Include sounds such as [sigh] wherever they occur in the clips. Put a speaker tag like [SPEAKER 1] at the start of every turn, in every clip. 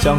[SPEAKER 1] 享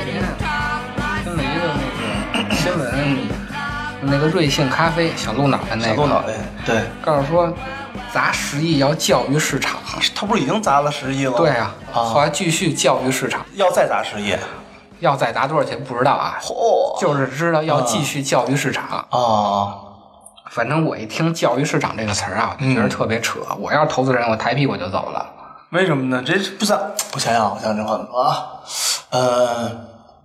[SPEAKER 2] 听了一个那个呃新闻，那个瑞幸咖啡小鹿脑袋那个，
[SPEAKER 3] 小鹿脑袋，对，
[SPEAKER 2] 告诉说砸十亿要教育市场。
[SPEAKER 3] 他不是已经砸了十亿了？
[SPEAKER 2] 对啊，
[SPEAKER 3] 啊
[SPEAKER 2] 后来继续教育市场，
[SPEAKER 3] 要再砸十亿，
[SPEAKER 2] 要再砸多少钱不知道啊，
[SPEAKER 3] 哦嚯
[SPEAKER 2] 就是知道要继续教育市场。哦
[SPEAKER 3] 啊！
[SPEAKER 2] 反正我一听“教育市场”这个词儿啊，
[SPEAKER 3] 嗯
[SPEAKER 2] 我就觉得特别扯。我要是投资人，我抬屁股就走了。
[SPEAKER 3] 为什么呢？这不是我想想，我想想这话怎么说啊？呃，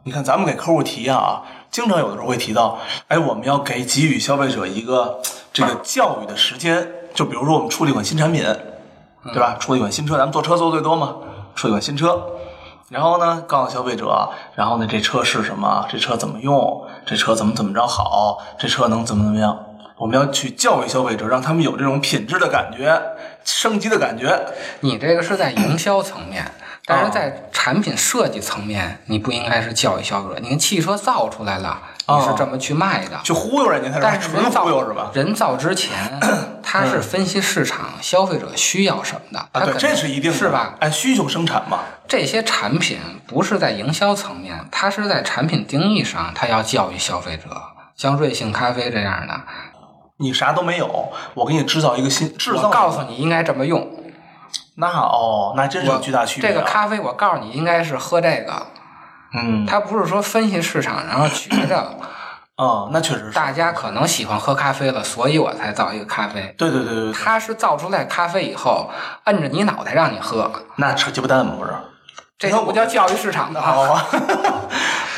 [SPEAKER 3] 你看咱们给客户提啊，经常有的时候会提到，哎，我们要给给予消费者一个这个教育的时间，就比如说我们出了一款新产品，对吧？出了一款新车，咱们做车做的最多嘛，出了一款新车。然后呢，告诉消费者，然后呢，这车是什么？这车怎么用？这车怎么怎么着好？这车能怎么怎么样？我们要去教育消费者，让他们有这种品质的感觉、升级的感觉。
[SPEAKER 2] 你这个是在营销层面，但
[SPEAKER 3] 哦
[SPEAKER 2] 是在产品设计层面，你不应该是教育消费者。你看汽车造出来了，你
[SPEAKER 3] 哦
[SPEAKER 2] 是这么去卖的，
[SPEAKER 3] 就忽悠人家，他
[SPEAKER 2] 但是
[SPEAKER 3] 纯忽
[SPEAKER 2] 人造
[SPEAKER 3] 悠是吧？嗯
[SPEAKER 2] 人造之前，它是分析市场消费者需要什么的，它
[SPEAKER 3] 啊，对，
[SPEAKER 2] 肯定
[SPEAKER 3] 这是一定的
[SPEAKER 2] 是吧？
[SPEAKER 3] 按需求生产嘛，
[SPEAKER 2] 这些产品不是在营销层面，它是在产品定义上，它要教育消费者。像瑞幸咖啡这样的，
[SPEAKER 3] 你啥都没有，我给你制造一个新制造。
[SPEAKER 2] 我告诉你应该这么用，
[SPEAKER 3] 那哦，那真是有
[SPEAKER 2] 我
[SPEAKER 3] 巨大区别、啊。
[SPEAKER 2] 这个咖啡，我告诉你应该是喝这个，
[SPEAKER 3] 嗯，
[SPEAKER 2] 它不是说分析市场，然后觉着
[SPEAKER 3] 哦，那确实是。
[SPEAKER 2] [clears throat] 大家可能喜欢喝咖啡了，所以我才造一个咖啡。
[SPEAKER 3] 对对对对对，
[SPEAKER 2] 它是造出来咖啡以后，摁着你脑袋让你喝，
[SPEAKER 3] 那扯鸡巴蛋
[SPEAKER 2] [laughs]
[SPEAKER 3] 不是？
[SPEAKER 2] 这就不叫教育市场的啊。
[SPEAKER 3] 哦，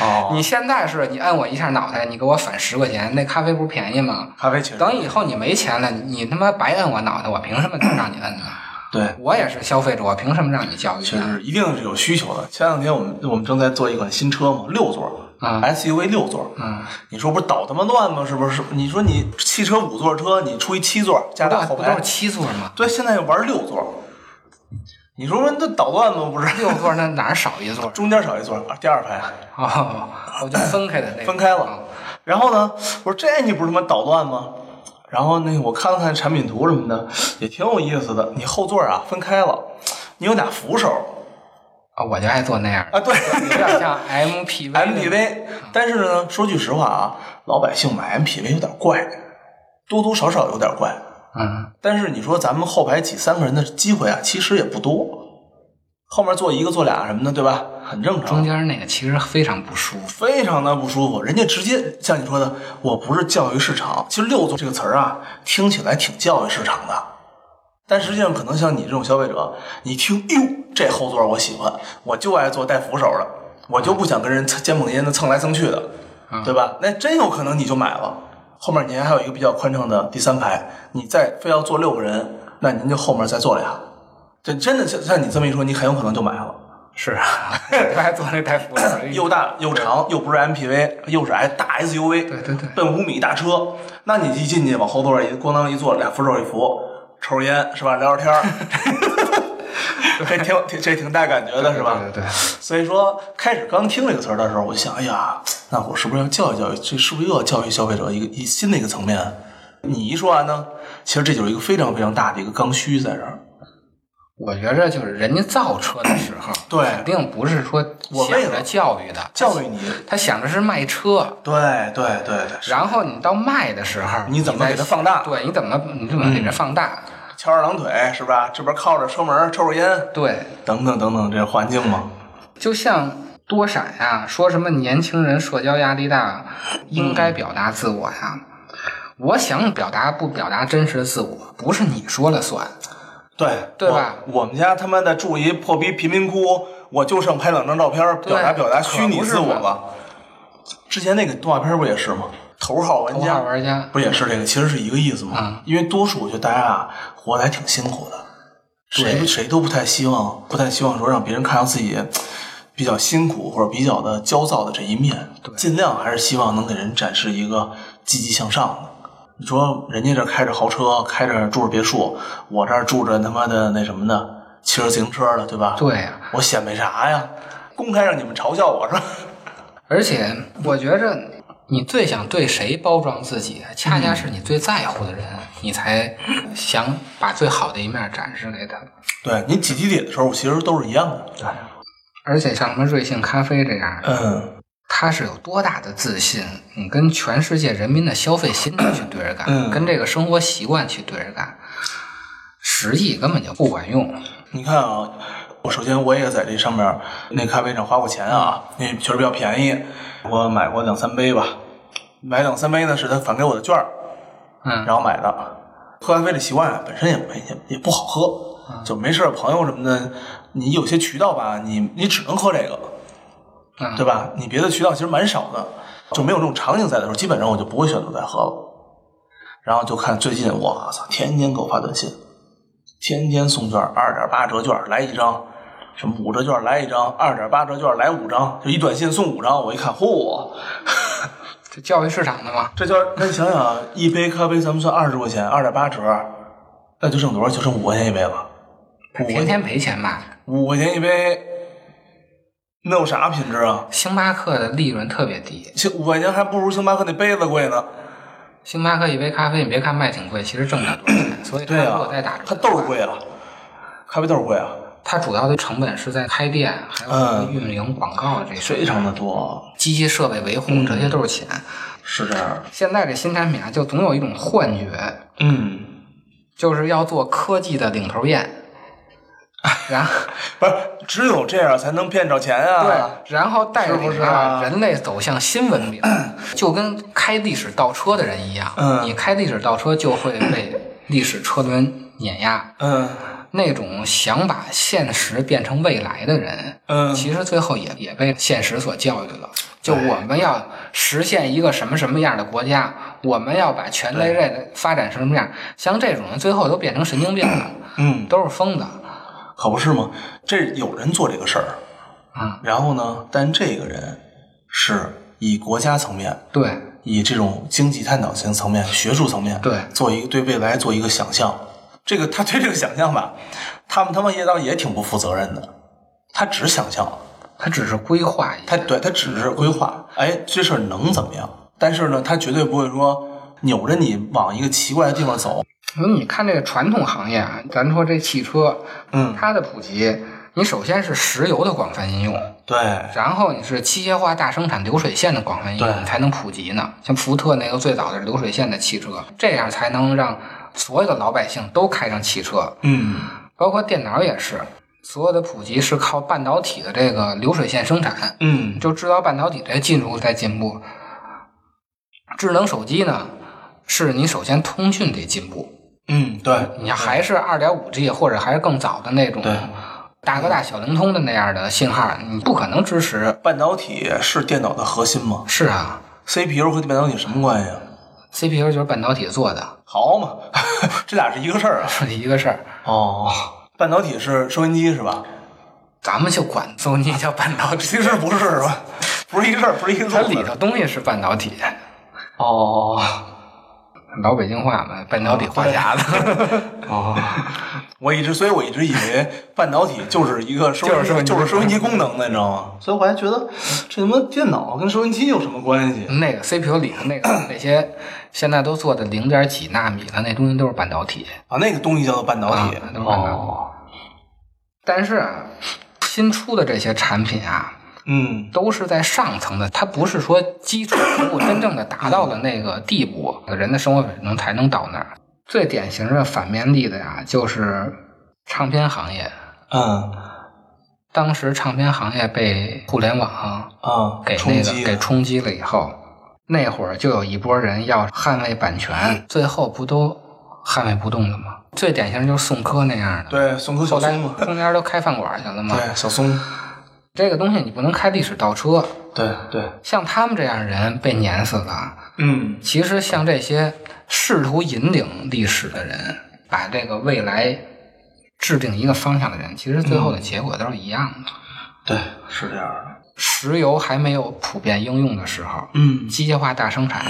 [SPEAKER 3] 哦，
[SPEAKER 2] 你现在是你摁我一下脑袋，你给我返十块钱，那咖啡不是便宜吗？
[SPEAKER 3] 咖啡其实
[SPEAKER 2] 等以后你没钱了，你他妈白摁我脑袋，我凭什么能让你摁呢？
[SPEAKER 3] 对，
[SPEAKER 2] 我也是消费者，我凭什么让你教育
[SPEAKER 3] 确
[SPEAKER 2] 呢？
[SPEAKER 3] 实一定是有需求的。前两天我们我们正在做一款新车嘛，六座、
[SPEAKER 2] 嗯
[SPEAKER 3] SUV 六座，
[SPEAKER 2] 嗯，
[SPEAKER 3] 你说不是倒他妈乱吗？是不是？你说你汽车五座车，你出一七座加大后
[SPEAKER 2] 不都
[SPEAKER 3] 排
[SPEAKER 2] 是，七座吗？
[SPEAKER 3] 对，现在玩六座，你说说那捣乱吗？不是，
[SPEAKER 2] 六座那哪儿少一座？
[SPEAKER 3] 中间少一座，啊第二排
[SPEAKER 2] 哦，我就分开的那
[SPEAKER 3] [laughs]
[SPEAKER 2] 个。啊
[SPEAKER 3] 分开了。然后呢，我说这你不是他妈捣乱吗？然后那我看了看产品图什么的，也挺有意思的。你后座啊分开了，你有俩扶手
[SPEAKER 2] 啊，我就爱做那样的，
[SPEAKER 3] [laughs] 啊，对
[SPEAKER 2] 有点像 MPV 那种。
[SPEAKER 3] ，MPV。但
[SPEAKER 2] [laughs]
[SPEAKER 3] 是呢，说句实话啊，老百姓买 MPV 有点怪，多多少少有点怪。
[SPEAKER 2] 嗯，
[SPEAKER 3] 但是你说咱们后排挤三个人的机会啊，其实也不多，后面坐一个坐俩什么的，对吧？很正常。
[SPEAKER 2] 中间那个其实非常不舒服。
[SPEAKER 3] 非常的不舒服。人家直接像你说的，我不是教育市场。其实“六座”这个词儿啊，听起来挺教育市场的，但实际上可能像你这种消费者，你听，哟，这后座我喜欢，我就爱坐带扶手的，我就不想跟人肩膀间的蹭来蹭去的，对吧？那真有可能你就买了。后面您还有一个比较宽敞的第三排，你再非要坐六个人，那您就后面再坐俩。这真的像像你这么一说，你很有可能就买了。
[SPEAKER 2] 是啊， [laughs] 我爱做那台扶手，
[SPEAKER 3] 又大又长，又不是 MPV，又是 S 大 SUV，
[SPEAKER 2] 对对对
[SPEAKER 3] 奔五米大车，那你一进去往后座一咣当一坐，俩扶手一扶，抽根烟是吧，聊聊天
[SPEAKER 2] [laughs]
[SPEAKER 3] 儿，这挺挺这挺带感觉的是吧？
[SPEAKER 2] 对对对
[SPEAKER 3] 所以说，开始刚听这个词儿的时候，我就想，哎呀，那我是不是要教育教育？这是不是又要教育消费者一个一新的一个层面？你一说完呢，其实这就是一个非常非常大的一个刚需在这儿。
[SPEAKER 2] 我觉着就是人家造车的时候，
[SPEAKER 3] [clears throat] 对
[SPEAKER 2] 肯定不是说
[SPEAKER 3] 我为
[SPEAKER 2] 想
[SPEAKER 3] 了
[SPEAKER 2] 着教育的，
[SPEAKER 3] 教育你，
[SPEAKER 2] 他想着是卖车。
[SPEAKER 3] 对对对对，
[SPEAKER 2] 然后你到卖的时候，
[SPEAKER 3] 你怎么
[SPEAKER 2] 再
[SPEAKER 3] 给它放大嗯
[SPEAKER 2] 对，你怎么你怎么给它放大？
[SPEAKER 3] 翘二郎腿是吧？这边靠着车门抽抽烟，
[SPEAKER 2] 对，
[SPEAKER 3] 等等等等，这环境嘛，
[SPEAKER 2] 就像多闪呀、说什么年轻人社交压力大，应
[SPEAKER 3] 嗯
[SPEAKER 2] 该表达自我呀、我想表达不表达真实的自我，不是你说了算。
[SPEAKER 3] 对
[SPEAKER 2] 对吧
[SPEAKER 3] 我？我们家他妈的住一破逼贫民窟，我就剩拍两张照片儿，
[SPEAKER 2] 对
[SPEAKER 3] 表达表达虚拟自我
[SPEAKER 2] 可不是
[SPEAKER 3] 吧。之前那个动画片儿不也是吗？头号玩
[SPEAKER 2] 头
[SPEAKER 3] 家
[SPEAKER 2] 号玩家
[SPEAKER 3] 不也是这个？其实是一个意思吗？因为多数我觉得大家啊活得还挺辛苦的，谁谁都不太希望，不太希望说让别人看到自己比较辛苦或者比较的焦躁的这一面，尽量还是希望能给人展示一个积极向上的。你说人家这开着豪车，开着住着别墅，我这儿住着他妈的那什么呢？骑着自行车的，对吧？
[SPEAKER 2] 对呀、
[SPEAKER 3] 我显摆啥呀？公开让你们嘲笑我是吧？
[SPEAKER 2] 而且我觉着你最想对谁包装自己，恰
[SPEAKER 3] 嗯
[SPEAKER 2] 恰是你最在乎的人，你才想把最好的一面展示给他。
[SPEAKER 3] 对你挤地铁的时候，其实都是一样的。对，
[SPEAKER 2] 而且像什么瑞幸咖啡这样的，
[SPEAKER 3] 嗯
[SPEAKER 2] 他是有多大的自信？你跟全世界人民的消费心理去对着干，
[SPEAKER 3] 嗯
[SPEAKER 2] 跟这个生活习惯去对着干，实际根本就不管用。
[SPEAKER 3] 你看啊，我首先我也在这上面那咖啡上花过钱啊，那确实比较便宜，我买过两三杯吧。买两三杯呢，是他返给我的券儿，
[SPEAKER 2] 嗯，
[SPEAKER 3] 然后买的。喝咖啡的习惯啊，本身也没也也不好
[SPEAKER 2] 嗯
[SPEAKER 3] 喝，就没事儿朋友什么的，你有些渠道吧，你你只能喝这个，
[SPEAKER 2] 嗯
[SPEAKER 3] 对吧？你别的渠道其实蛮少的，就没有这种场景在的时候，基本上我就不会选择再喝了。然后就看最近，我操，天天给我发短信，天天送券，二点八折券来一张，什么五折券来一张，二点八折券来五张，就一短信送五张。我一看，嚯，
[SPEAKER 2] 这教育市场的嘛，
[SPEAKER 3] 这叫那你想想啊，一杯咖啡咱们算二十块钱，二点八折，那就剩多少？就剩五块钱一杯了。五块
[SPEAKER 2] 天
[SPEAKER 3] 钱
[SPEAKER 2] 天赔钱卖。
[SPEAKER 3] 五块钱一杯，那有啥品质啊？
[SPEAKER 2] 星巴克的利润特别低，
[SPEAKER 3] 星五块钱还不如星巴克那杯子贵呢。
[SPEAKER 2] 星巴克一杯咖啡，你别看卖挺贵，其实挣不了多少钱。所以它
[SPEAKER 3] 对
[SPEAKER 2] 如
[SPEAKER 3] 啊
[SPEAKER 2] 果再打折，，
[SPEAKER 3] 它豆儿贵啊，咖啡豆儿贵啊，
[SPEAKER 2] 它主要的成本是在开店，还有
[SPEAKER 3] 嗯
[SPEAKER 2] 运营、广告这些，
[SPEAKER 3] 非常的多，
[SPEAKER 2] 机器设备维护，
[SPEAKER 3] 嗯
[SPEAKER 2] 这些都是钱。
[SPEAKER 3] 是这样。
[SPEAKER 2] 现在这新产品啊，就总有一种幻觉，
[SPEAKER 3] 嗯，
[SPEAKER 2] 就是要做科技的领
[SPEAKER 3] [laughs]
[SPEAKER 2] 头雁，然后
[SPEAKER 3] 不是，只有这样才能骗着钱啊。
[SPEAKER 2] 对，然后带领
[SPEAKER 3] 是不是
[SPEAKER 2] 啊
[SPEAKER 3] 啊
[SPEAKER 2] 人类走向新文
[SPEAKER 3] [clears throat]
[SPEAKER 2] 明，就跟开历史倒车的人一样，
[SPEAKER 3] 嗯
[SPEAKER 2] 你开历史倒车就会被历史车轮碾压。
[SPEAKER 3] 嗯
[SPEAKER 2] 那种想把现实变成未来的人，
[SPEAKER 3] 嗯
[SPEAKER 2] 其实最后也也被现实所教育了。就我们要实现一个什么什么样的国家，我们要把全人类发展成什么样，像这种人最后都变成神经病了，
[SPEAKER 3] 嗯，
[SPEAKER 2] 都是疯子。
[SPEAKER 3] 可不是吗？这有人做这个事儿，
[SPEAKER 2] 啊、
[SPEAKER 3] 然后呢，但这个人是以国家层面。
[SPEAKER 2] 对，
[SPEAKER 3] 以这种经济探讨型层面、学术层面，
[SPEAKER 2] 对
[SPEAKER 3] 做一个对未来做一个想象。这个他对这个想象吧，他们他妈也当也挺不负责任的，他只想象，
[SPEAKER 2] 他只是规划一下
[SPEAKER 3] 他对他只是规划，哎，这事儿能怎么样？但是呢，他绝对不会说扭着你往一个奇怪的地方走。
[SPEAKER 2] 因为你看这个传统行业啊，咱说这汽车，
[SPEAKER 3] 嗯
[SPEAKER 2] 它的普及，你首先是石油的广泛应用，
[SPEAKER 3] 对，
[SPEAKER 2] 然后你是机械化大生产流水线的广泛应用，
[SPEAKER 3] 对
[SPEAKER 2] 你才能普及呢。像福特那个最早的流水线的汽车，这样才能让所有的老百姓都开上汽车，
[SPEAKER 3] 嗯，
[SPEAKER 2] 包括电脑也是。所有的普及是靠半导体的这个流水线生产，
[SPEAKER 3] 嗯，
[SPEAKER 2] 就制造半导体这技术在进步。智能手机呢，是你首先通讯得进步，
[SPEAKER 3] 嗯，对，
[SPEAKER 2] 你还是二点五 G 或者还是更早的那种
[SPEAKER 3] 对
[SPEAKER 2] 大哥大小灵通的那样的信号，你不可能支持。
[SPEAKER 3] 半导体是电脑的核心吗
[SPEAKER 2] 是啊
[SPEAKER 3] ？CPU 和半导体什么关系啊？
[SPEAKER 2] ，CPU 就是半导体做的，
[SPEAKER 3] 好嘛， [laughs] 这俩是一个事儿啊。
[SPEAKER 2] 是一个事儿。
[SPEAKER 3] 哦，半导体是收音机是吧？
[SPEAKER 2] 咱们就管索尼叫半导体，
[SPEAKER 3] 其实不是是吧？不是一个事儿，不是一个路子
[SPEAKER 2] 它里头东西是半导体。
[SPEAKER 3] 哦
[SPEAKER 2] 老北京话嘛，半导体话匣子， [laughs]
[SPEAKER 3] 哦，我一直，所以我一直以为半导体就是一个收
[SPEAKER 2] 就是收音
[SPEAKER 3] 音
[SPEAKER 2] 机
[SPEAKER 3] 就是收音机功能的，你知道吗？所以我还觉得这他妈电脑跟收音机有什么关系？
[SPEAKER 2] 那个 CPU 里头那个那些现在都做的零点几纳米的那东西都是半导体。
[SPEAKER 3] 啊，那个东西叫做半导体
[SPEAKER 2] 啊。都是半导体
[SPEAKER 3] 哦，
[SPEAKER 2] 但是啊新出的这些产品啊，
[SPEAKER 3] 嗯，
[SPEAKER 2] 都是在上层的，它不是说基础服务真正的达到了那个地步，人的生活水平才能到那儿。最典型的反面例子呀，就是唱片行业。
[SPEAKER 3] 嗯
[SPEAKER 2] 当时唱片行业被互联网
[SPEAKER 3] 啊，
[SPEAKER 2] 给
[SPEAKER 3] 冲
[SPEAKER 2] 那个
[SPEAKER 3] 击
[SPEAKER 2] 给
[SPEAKER 3] 的
[SPEAKER 2] 冲击
[SPEAKER 3] 嗯
[SPEAKER 2] 了以后，那会儿就有一波人要捍卫版权，最后不都捍卫不动的嘛。最典型就是宋柯那样的，
[SPEAKER 3] 对，宋柯小
[SPEAKER 2] 后来
[SPEAKER 3] 松嘛，
[SPEAKER 2] 中间都开饭馆去了嘛。
[SPEAKER 3] 对，小松，
[SPEAKER 2] 这个东西你不能开历史倒车，
[SPEAKER 3] 对对，
[SPEAKER 2] 像他们这样人被碾死了，
[SPEAKER 3] 嗯，
[SPEAKER 2] 其实像这些试图引领历史的人，把这个未来制定一个方向的人，其实最后的结果都是一样的。
[SPEAKER 3] 对，是这样的，
[SPEAKER 2] 石油还没有普遍应用的时候，
[SPEAKER 3] 嗯，
[SPEAKER 2] 机械化大生产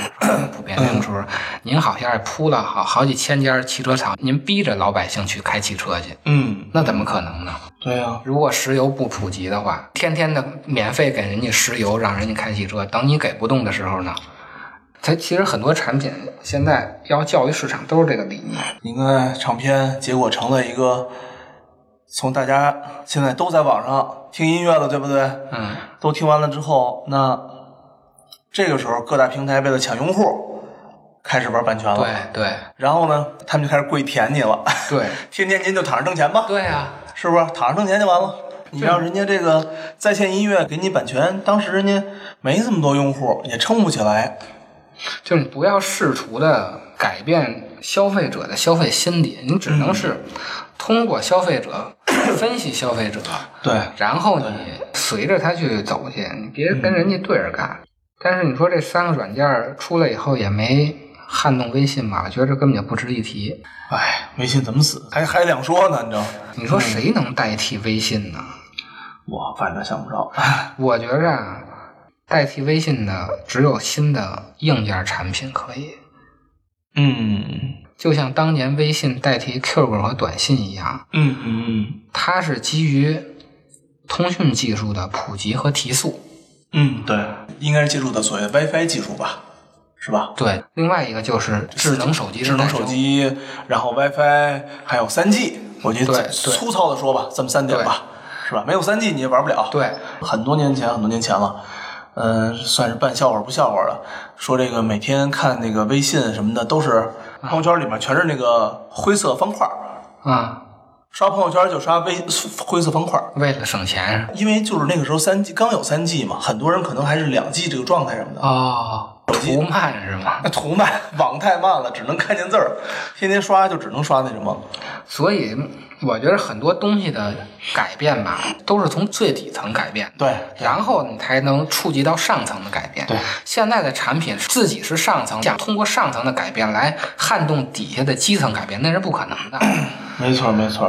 [SPEAKER 2] 普遍应用的时候，您好像是铺了好好几千家汽车厂，您逼着老百姓去开汽车去，
[SPEAKER 3] 嗯，
[SPEAKER 2] 那怎么可能呢？
[SPEAKER 3] 对啊呀，
[SPEAKER 2] 如果石油不普及的话，天天的免费给人家石油，让人家开汽车，等你给不动的时候呢，它其实很多产品现在要教育市场都是这个理念。
[SPEAKER 3] 你看唱片结果成了一个，从大家现在都在网上听音乐了，对不对？
[SPEAKER 2] 嗯，
[SPEAKER 3] 都听完了之后，那这个时候各大平台为了抢用户，开始玩版权
[SPEAKER 2] 对
[SPEAKER 3] 了，
[SPEAKER 2] 对
[SPEAKER 3] 然后呢，他们就开始跪舔你了， [laughs]
[SPEAKER 2] 对
[SPEAKER 3] 天天您就躺着挣钱吧，
[SPEAKER 2] 对啊，
[SPEAKER 3] 是不是？躺着挣钱就完了。你让人家这个在线音乐给你版权，当时人家没这么多用户，也撑不起来。
[SPEAKER 2] 就是你不要试图的改变消费者的消费心理，你只能是通过消费者分析消费者，
[SPEAKER 3] 对，嗯
[SPEAKER 2] 然后你随着他去走去，你别跟人家对着干。但是你说这三个软件儿出来以后也没撼动微信吧？我觉得这根本就不值一提。
[SPEAKER 3] 哎，微信怎么死？还还两说呢，你知道？
[SPEAKER 2] 你说谁能代替微信呢？
[SPEAKER 3] 我反正想不着。 [laughs]
[SPEAKER 2] 我觉着啊，代替微信的只有新的硬件产品可以，
[SPEAKER 3] 嗯
[SPEAKER 2] 就像当年微信代替 QQ 和短信一样，
[SPEAKER 3] 嗯嗯
[SPEAKER 2] 它是基于通讯技术的普及和提速。
[SPEAKER 3] 嗯，对，应该是借助的所谓 WiFi 技术吧，是吧？
[SPEAKER 2] 对，另外一个就是智能手机的
[SPEAKER 3] 智能
[SPEAKER 2] 诞生
[SPEAKER 3] 手机，然后 WiFi，还有三 G。我觉
[SPEAKER 2] 对
[SPEAKER 3] 得
[SPEAKER 2] 对
[SPEAKER 3] 粗糙的说吧，这么三点吧，是吧？没有三 G 你也玩不了。
[SPEAKER 2] 对，
[SPEAKER 3] 很多年前，很多年前了，嗯、算是半笑话不笑话了。说这个每天看那个微信什么的，都是朋友圈里面全是那个灰色方块儿，
[SPEAKER 2] 啊、
[SPEAKER 3] 刷朋友圈就刷微灰色方块儿。
[SPEAKER 2] 为了省钱
[SPEAKER 3] 因为就是那个时候三 G 刚有三 G 嘛，很多人可能还是两 G 这个状态什么的。
[SPEAKER 2] 哦，图慢是
[SPEAKER 3] [laughs]
[SPEAKER 2] 吗？
[SPEAKER 3] 那图慢，网太慢了，只能看见字儿，天天刷就只能刷那什么。
[SPEAKER 2] 所以我觉得很多东西的改变吧，都是从最底层改变的。
[SPEAKER 3] 对，
[SPEAKER 2] 然后你才能触及到上层的改变。
[SPEAKER 3] 对，
[SPEAKER 2] 现在的产品自己是上层，想通过上层的改变来撼动底下的基层改变，那是不可能的。
[SPEAKER 3] 没错没错。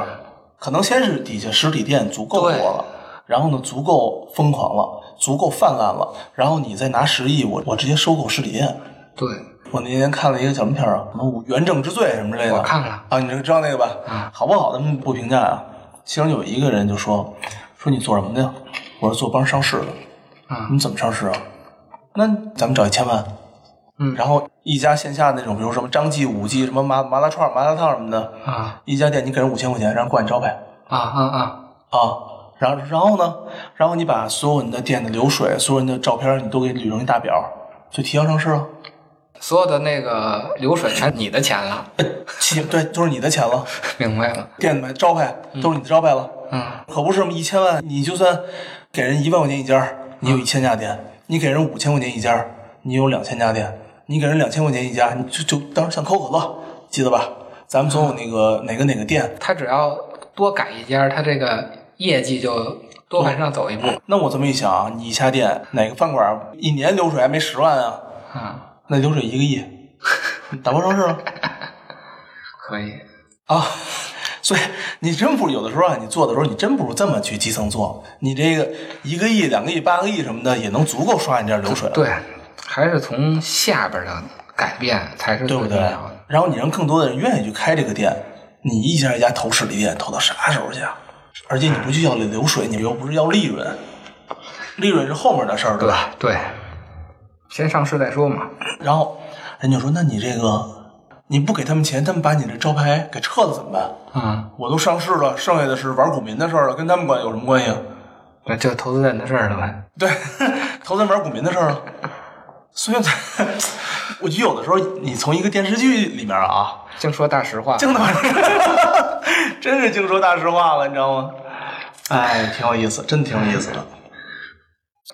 [SPEAKER 3] 可能先是底下实体店足够多了，然后呢足够疯狂了，足够泛滥了，然后你再拿十亿，我我直接收购实体店。
[SPEAKER 2] 对，
[SPEAKER 3] 我那天看了一个叫什么片儿啊，什么《原证之罪》什么之类的。
[SPEAKER 2] 我看了
[SPEAKER 3] 啊，你这个知道那个吧？
[SPEAKER 2] 嗯
[SPEAKER 3] 好不好？咱们不评价啊。其中有一个人就说：“说你做什么的呀？”我说：“做帮上市的。”
[SPEAKER 2] 嗯
[SPEAKER 3] 你怎么上市啊？那咱们找一千万，
[SPEAKER 2] 嗯
[SPEAKER 3] 然后一家线下那种，比如什么张记、五记、什么麻麻辣串、麻辣烫什么的，
[SPEAKER 2] 啊
[SPEAKER 3] 一家店你给人五千块钱，让人挂你招牌
[SPEAKER 2] 啊啊啊！
[SPEAKER 3] 啊。然后然后呢，然后你把所有人的店的流水、所有人的照片，你都给捋成一大表，就提交上市了。
[SPEAKER 2] 所有的那个流水全你的钱了，
[SPEAKER 3] 其呃对，就是你的钱了，
[SPEAKER 2] 明白了？
[SPEAKER 3] 店买招牌都是你的招牌了，
[SPEAKER 2] 嗯，
[SPEAKER 3] 可不是吗？一千万，你就算给人一万块钱一家，你有一千家店；你给人五千块钱一家，你有两千家店；你给人两千块钱一家，你就就当时像可口可乐，记得吧？咱们总有那个、哪个哪个店。
[SPEAKER 2] 他只要多改一家，他这个业绩就多往上走一步。
[SPEAKER 3] 那我这么一想啊，你一家店哪个饭馆一年流水还没十万啊？
[SPEAKER 2] 啊，
[SPEAKER 3] 那流水一个亿，打包上市了
[SPEAKER 2] 可以。
[SPEAKER 3] 啊！所以你真不有的时候啊，你做的时候你真不如这么去基层做，你这个一个亿、两个亿、八个亿什么的也能足够刷你这流水了。
[SPEAKER 2] 对，还是从下边的改变才是
[SPEAKER 3] 对
[SPEAKER 2] 最
[SPEAKER 3] 不
[SPEAKER 2] 重
[SPEAKER 3] 对
[SPEAKER 2] 要的。？
[SPEAKER 3] 然后你让更多的人愿意去开这个店，你一家一家投实体店，投到啥时候去啊？而且你不去要流水，你又不是要利润，利润是后面的事儿，对吧？
[SPEAKER 2] 对，先上市再说嘛。
[SPEAKER 3] 然后人就说：“那你这个你不给他们钱，他们把你这招牌给撤了怎么办？
[SPEAKER 2] 嗯，
[SPEAKER 3] 我都上市了，剩下的是玩股民的事儿了，跟他们关有什么关系啊？
[SPEAKER 2] 那就投资人的事儿了呗。
[SPEAKER 3] 对， [laughs] 投资人玩股民的事儿了。所以， [laughs] 我觉得有的时候你从一个电视剧里面啊，
[SPEAKER 2] 净说大实话，
[SPEAKER 3] 净他妈， [laughs] 真是净说大实话了，你知道吗？哎，挺有意思，真挺有意思的。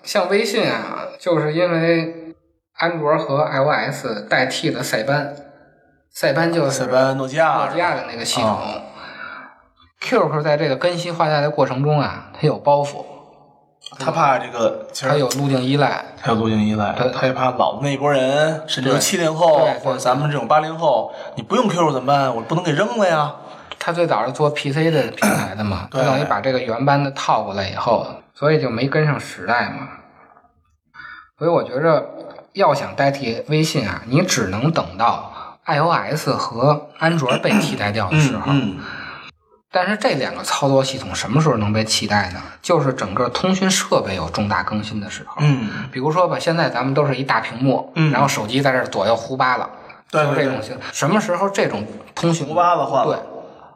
[SPEAKER 2] 像微信啊，就是因为安卓和 iOS 代替了塞班，塞班就是
[SPEAKER 3] 塞班、哦诺基亚
[SPEAKER 2] 诺基亚的那个系统。QQ 在这个根系化代的过程中啊，它有包袱，
[SPEAKER 3] 他怕这个，其实
[SPEAKER 2] 它有路径依赖，
[SPEAKER 3] 他有路径依赖，
[SPEAKER 2] 对
[SPEAKER 3] 他也怕老的那一波人，甚至
[SPEAKER 2] 对
[SPEAKER 3] 七零后
[SPEAKER 2] 对对
[SPEAKER 3] 或者咱们这种八零后，你不用 QQ 怎么办？我不能给扔了呀。
[SPEAKER 2] 它最早是做 PC 的平台的嘛，它
[SPEAKER 3] 对
[SPEAKER 2] 等于把这个原班的套过来以后，所以就没跟上时代嘛。所以我觉着，要想代替微信啊，你只能等到 iOS 和安卓被替代掉的时
[SPEAKER 3] 嗯
[SPEAKER 2] 候。
[SPEAKER 3] 嗯，
[SPEAKER 2] 但是这两个操作系统什么时候能被替代呢？就是整个通讯设备有重大更新的时候。
[SPEAKER 3] 嗯，
[SPEAKER 2] 比如说吧，现在咱们都是一大屏幕，
[SPEAKER 3] 嗯
[SPEAKER 2] 然后手机在这儿左右呼巴拉，
[SPEAKER 3] 对
[SPEAKER 2] 就
[SPEAKER 3] 对
[SPEAKER 2] 这种形。什么时候这种通讯
[SPEAKER 3] 胡巴子换
[SPEAKER 2] 对
[SPEAKER 3] 了，，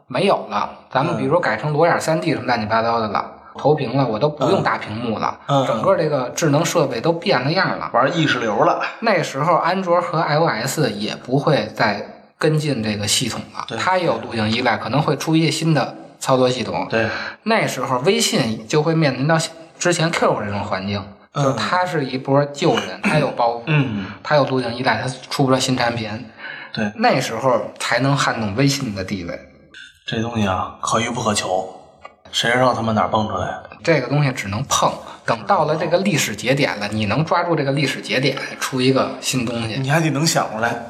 [SPEAKER 2] 没有了。咱们比如说改成裸眼三 D 什么乱七八糟的了，投屏了，我都不用大屏幕了，
[SPEAKER 3] 嗯
[SPEAKER 2] 整个这个智能设备都变了样了。
[SPEAKER 3] 玩意识流了。
[SPEAKER 2] 那时候安卓和 iOS 也不会再跟进这个系统了，
[SPEAKER 3] 对
[SPEAKER 2] 它也有路径依赖，可能会出一些新的操作系统。
[SPEAKER 3] 对，
[SPEAKER 2] 那时候微信就会面临到之前 Q 这种环境，
[SPEAKER 3] 嗯
[SPEAKER 2] 就是它是一波旧人，它有包袱，
[SPEAKER 3] 嗯，
[SPEAKER 2] 它有路径依赖，它出不了新产品。
[SPEAKER 3] 对，
[SPEAKER 2] 那时候才能撼动微信的地位。
[SPEAKER 3] 这东西啊，可遇不可求，谁知道他们哪儿蹦出来的？
[SPEAKER 2] 这个东西只能碰，等到了这个历史节点了，你能抓住这个历史节点，出一个新东西。
[SPEAKER 3] 你还得能想出来，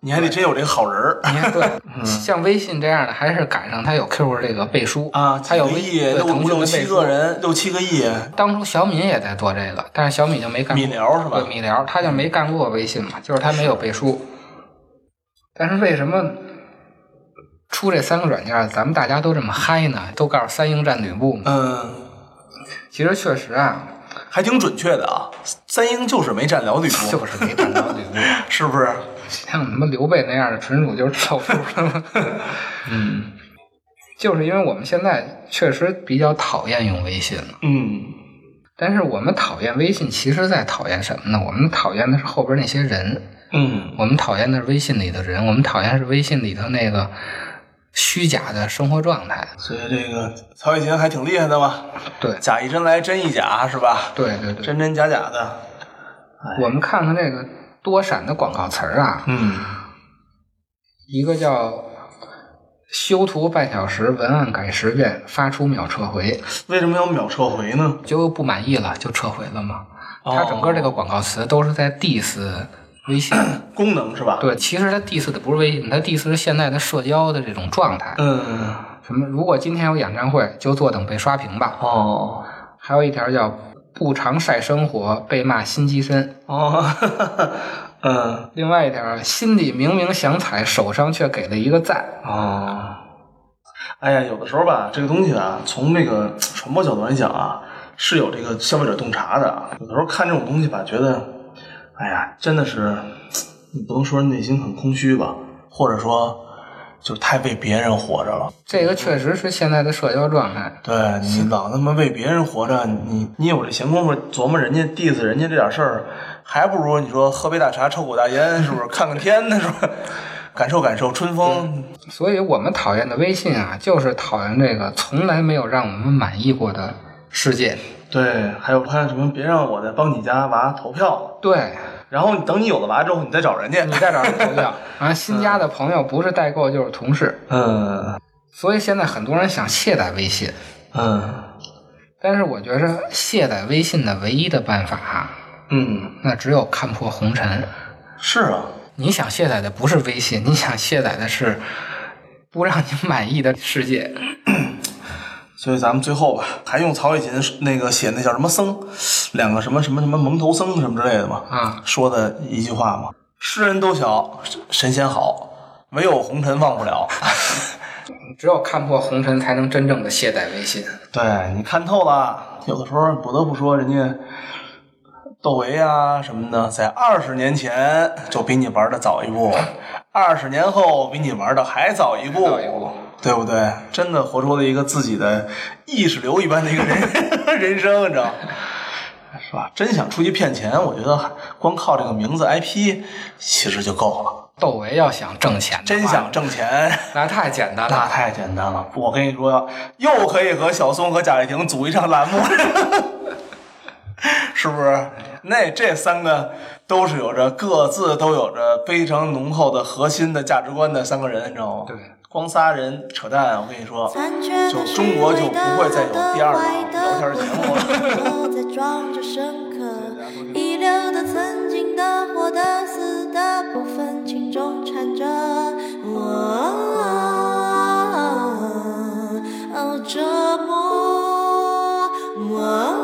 [SPEAKER 3] 你还得真有这个好人儿。
[SPEAKER 2] 你
[SPEAKER 3] [laughs]
[SPEAKER 2] 看，
[SPEAKER 3] 嗯
[SPEAKER 2] 对，像微信这样的，还是赶上它有 QQ 这个背书
[SPEAKER 3] 啊，
[SPEAKER 2] 它有
[SPEAKER 3] 几
[SPEAKER 2] 微
[SPEAKER 3] 个亿，
[SPEAKER 2] 对
[SPEAKER 3] 六五
[SPEAKER 2] 腾讯
[SPEAKER 3] 六
[SPEAKER 2] 的
[SPEAKER 3] 七
[SPEAKER 2] 背
[SPEAKER 3] 个
[SPEAKER 2] 书。
[SPEAKER 3] 人，六七个亿，
[SPEAKER 2] 当初小米也在做这个，但是小米就没干过
[SPEAKER 3] 米聊是吧
[SPEAKER 2] 对，米聊，他就没干过微信嘛，就是他没有背书。但是为什么出这三个软件，咱们大家都这么嗨呢？都告诉三英战吕布嘛。
[SPEAKER 3] 嗯，
[SPEAKER 2] 其实确实啊，
[SPEAKER 3] 还挺准确的啊。三英就是没占辽吕布，
[SPEAKER 2] 就是没战到吕布。 [laughs]
[SPEAKER 3] 是不是？
[SPEAKER 2] 像他妈刘备那样的纯属就是凑数了嘛。嗯， [laughs] 就是因为我们现在确实比较讨厌用微信了，
[SPEAKER 3] 嗯，
[SPEAKER 2] 但是我们讨厌微信，其实在讨厌什么呢？我们讨厌的是后边那些人，
[SPEAKER 3] 嗯，
[SPEAKER 2] 我们讨厌的是微信里的人，我们讨厌是微信里头那个虚假的生活状态。
[SPEAKER 3] 所以这个曹雪芹还挺厉害的嘛，
[SPEAKER 2] 对，
[SPEAKER 3] 假一真来，真一假，是吧？
[SPEAKER 2] 对对对，
[SPEAKER 3] 真真假假的，
[SPEAKER 2] 我们看看这个多闪的广告词儿啊，
[SPEAKER 3] 嗯
[SPEAKER 2] 一个叫。修图半小时，文案改十遍，发出秒撤回。
[SPEAKER 3] 为什么要秒撤回呢？
[SPEAKER 2] 就不满意了就撤回了嘛。
[SPEAKER 3] 哦
[SPEAKER 2] 它整个这个广告词都是在 diss
[SPEAKER 3] [coughs]
[SPEAKER 2] 微信，
[SPEAKER 3] 功能是吧？，
[SPEAKER 2] 对，其实它 diss 的不是微信，它 diss 是现在的社交的这种状态。
[SPEAKER 3] 嗯，
[SPEAKER 2] 什么？如果今天有演唱会，就坐等被刷屏吧。
[SPEAKER 3] 哦
[SPEAKER 2] 还有一条叫不常晒生活，被骂心机深。
[SPEAKER 3] 哦， [laughs] 嗯
[SPEAKER 2] 另外一条，心里明明想踩，手上却给了一个赞。
[SPEAKER 3] 哦，哎呀，有的时候吧，这个东西啊，从这个传播角度来讲啊，是有这个消费者洞察的啊。有的时候看这种东西吧，觉得，哎呀，真的是，你不能说内心很空虚吧，或者说，就太为别人活着了。
[SPEAKER 2] 这个确实是现在的社交状态。
[SPEAKER 3] 对你老他妈为别人活着，你你有这闲工夫琢磨人家 diss 人家这点事儿，还不如你说喝杯大茶，抽口大烟，是不是？看看天呢，是不是？感受感受春风。
[SPEAKER 2] 所以我们讨厌的微信啊，就是讨厌这个从来没有让我们满意过的世界。
[SPEAKER 3] 对，还有看什么？别让我再帮你家娃投票，
[SPEAKER 2] 对，
[SPEAKER 3] 然后你等你有了娃之后，你再找人家。
[SPEAKER 2] 你在找人投票啊？新加的朋友不是代购就是同事，
[SPEAKER 3] 嗯
[SPEAKER 2] 所以现在很多人想卸载微信，
[SPEAKER 3] 嗯
[SPEAKER 2] 但是我觉着卸载微信的唯一的办法啊，
[SPEAKER 3] 嗯，
[SPEAKER 2] 那只有看破红尘。
[SPEAKER 3] 是啊，
[SPEAKER 2] 你想卸载的不是微信，你想卸载的是不让你满意的世界。
[SPEAKER 3] 所以咱们最后吧，还用曹雪芹那个写那叫什么僧，两个什么什么什么蒙头僧什么之类的嘛，
[SPEAKER 2] 啊
[SPEAKER 3] 说的一句话嘛：世人都晓神仙好，唯有红尘忘不了。 [laughs]
[SPEAKER 2] 只有看破红尘，才能真正的卸载微信。
[SPEAKER 3] 对你看透了，有的时候不得不说，人家窦唯啊什么的，在二十年前就比你玩的早一步，二十年后比你玩的还早一步，
[SPEAKER 2] 到一步，
[SPEAKER 3] 对不对？真的活出了一个自己的意识流一般的一个人人生，你知道吗。是吧？真想出去骗钱，我觉得光靠这个名字 IP 其实就够了。
[SPEAKER 2] 窦唯要想挣钱的话，
[SPEAKER 3] 真想挣钱，
[SPEAKER 2] 那太简单
[SPEAKER 3] 那
[SPEAKER 2] 了。
[SPEAKER 3] 太简单了。我跟你说，又可以和小松和贾跃亭组一场栏目， [laughs] 是不是？那这三个都是有着各自都有着非常浓厚的核心的价值观的三个人，你知道吗？
[SPEAKER 2] 对，
[SPEAKER 3] 光仨人扯淡，我跟你说，
[SPEAKER 4] 就中国就不会再有第二档聊天节目了。遗留的曾经的活的死的部分，情中缠着我，哦折磨我，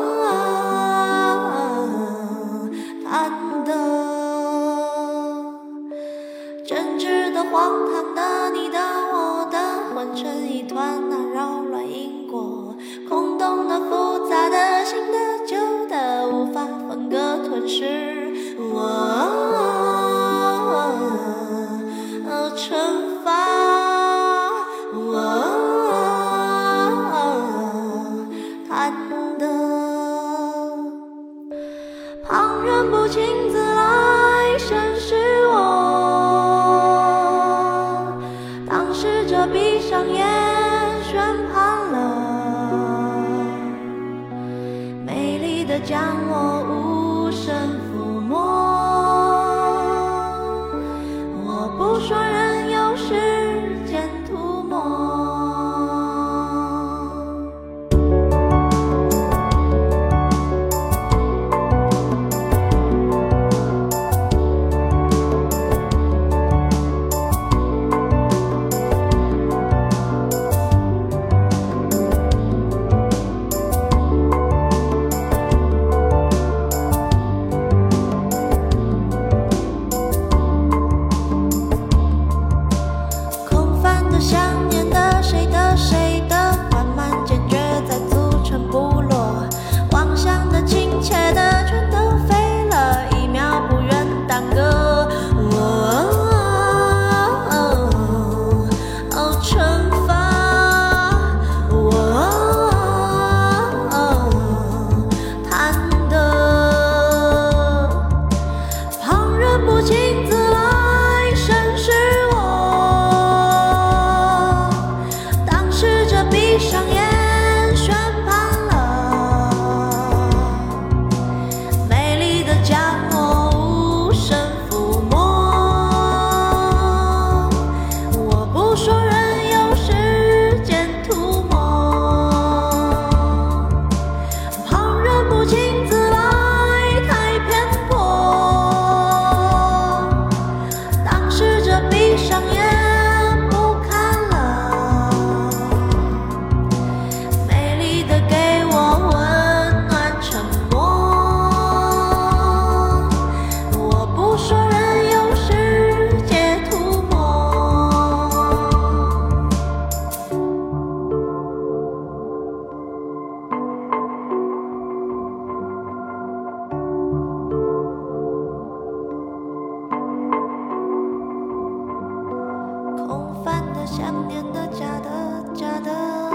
[SPEAKER 4] 贪得。真挚的、荒唐的、你的、我的，混成一团那扰乱因果，空洞的、复杂的、新的、旧的，无法分割吞噬我。哦惩罚我，贪得。旁人不请自来审视我，当事者闭上眼宣判了，美丽的将我无声抚摸，我不说任由时间涂抹。空泛的、想念的、谁的、谁的，缓慢坚决在组成部落。妄想的、亲切的，全都飞了，一秒不愿耽搁。哦，哦，惩罚我，贪得。旁人不请自来审视我，当事者闭上眼宣判了，美丽的将我无声抚摸，我不说任由时间涂抹。旁人不请自来，太偏颇。当事者闭上眼不看了，美丽的给我温暖沉默。我不说任由世界涂抹。空泛的、想念的、假的、假的，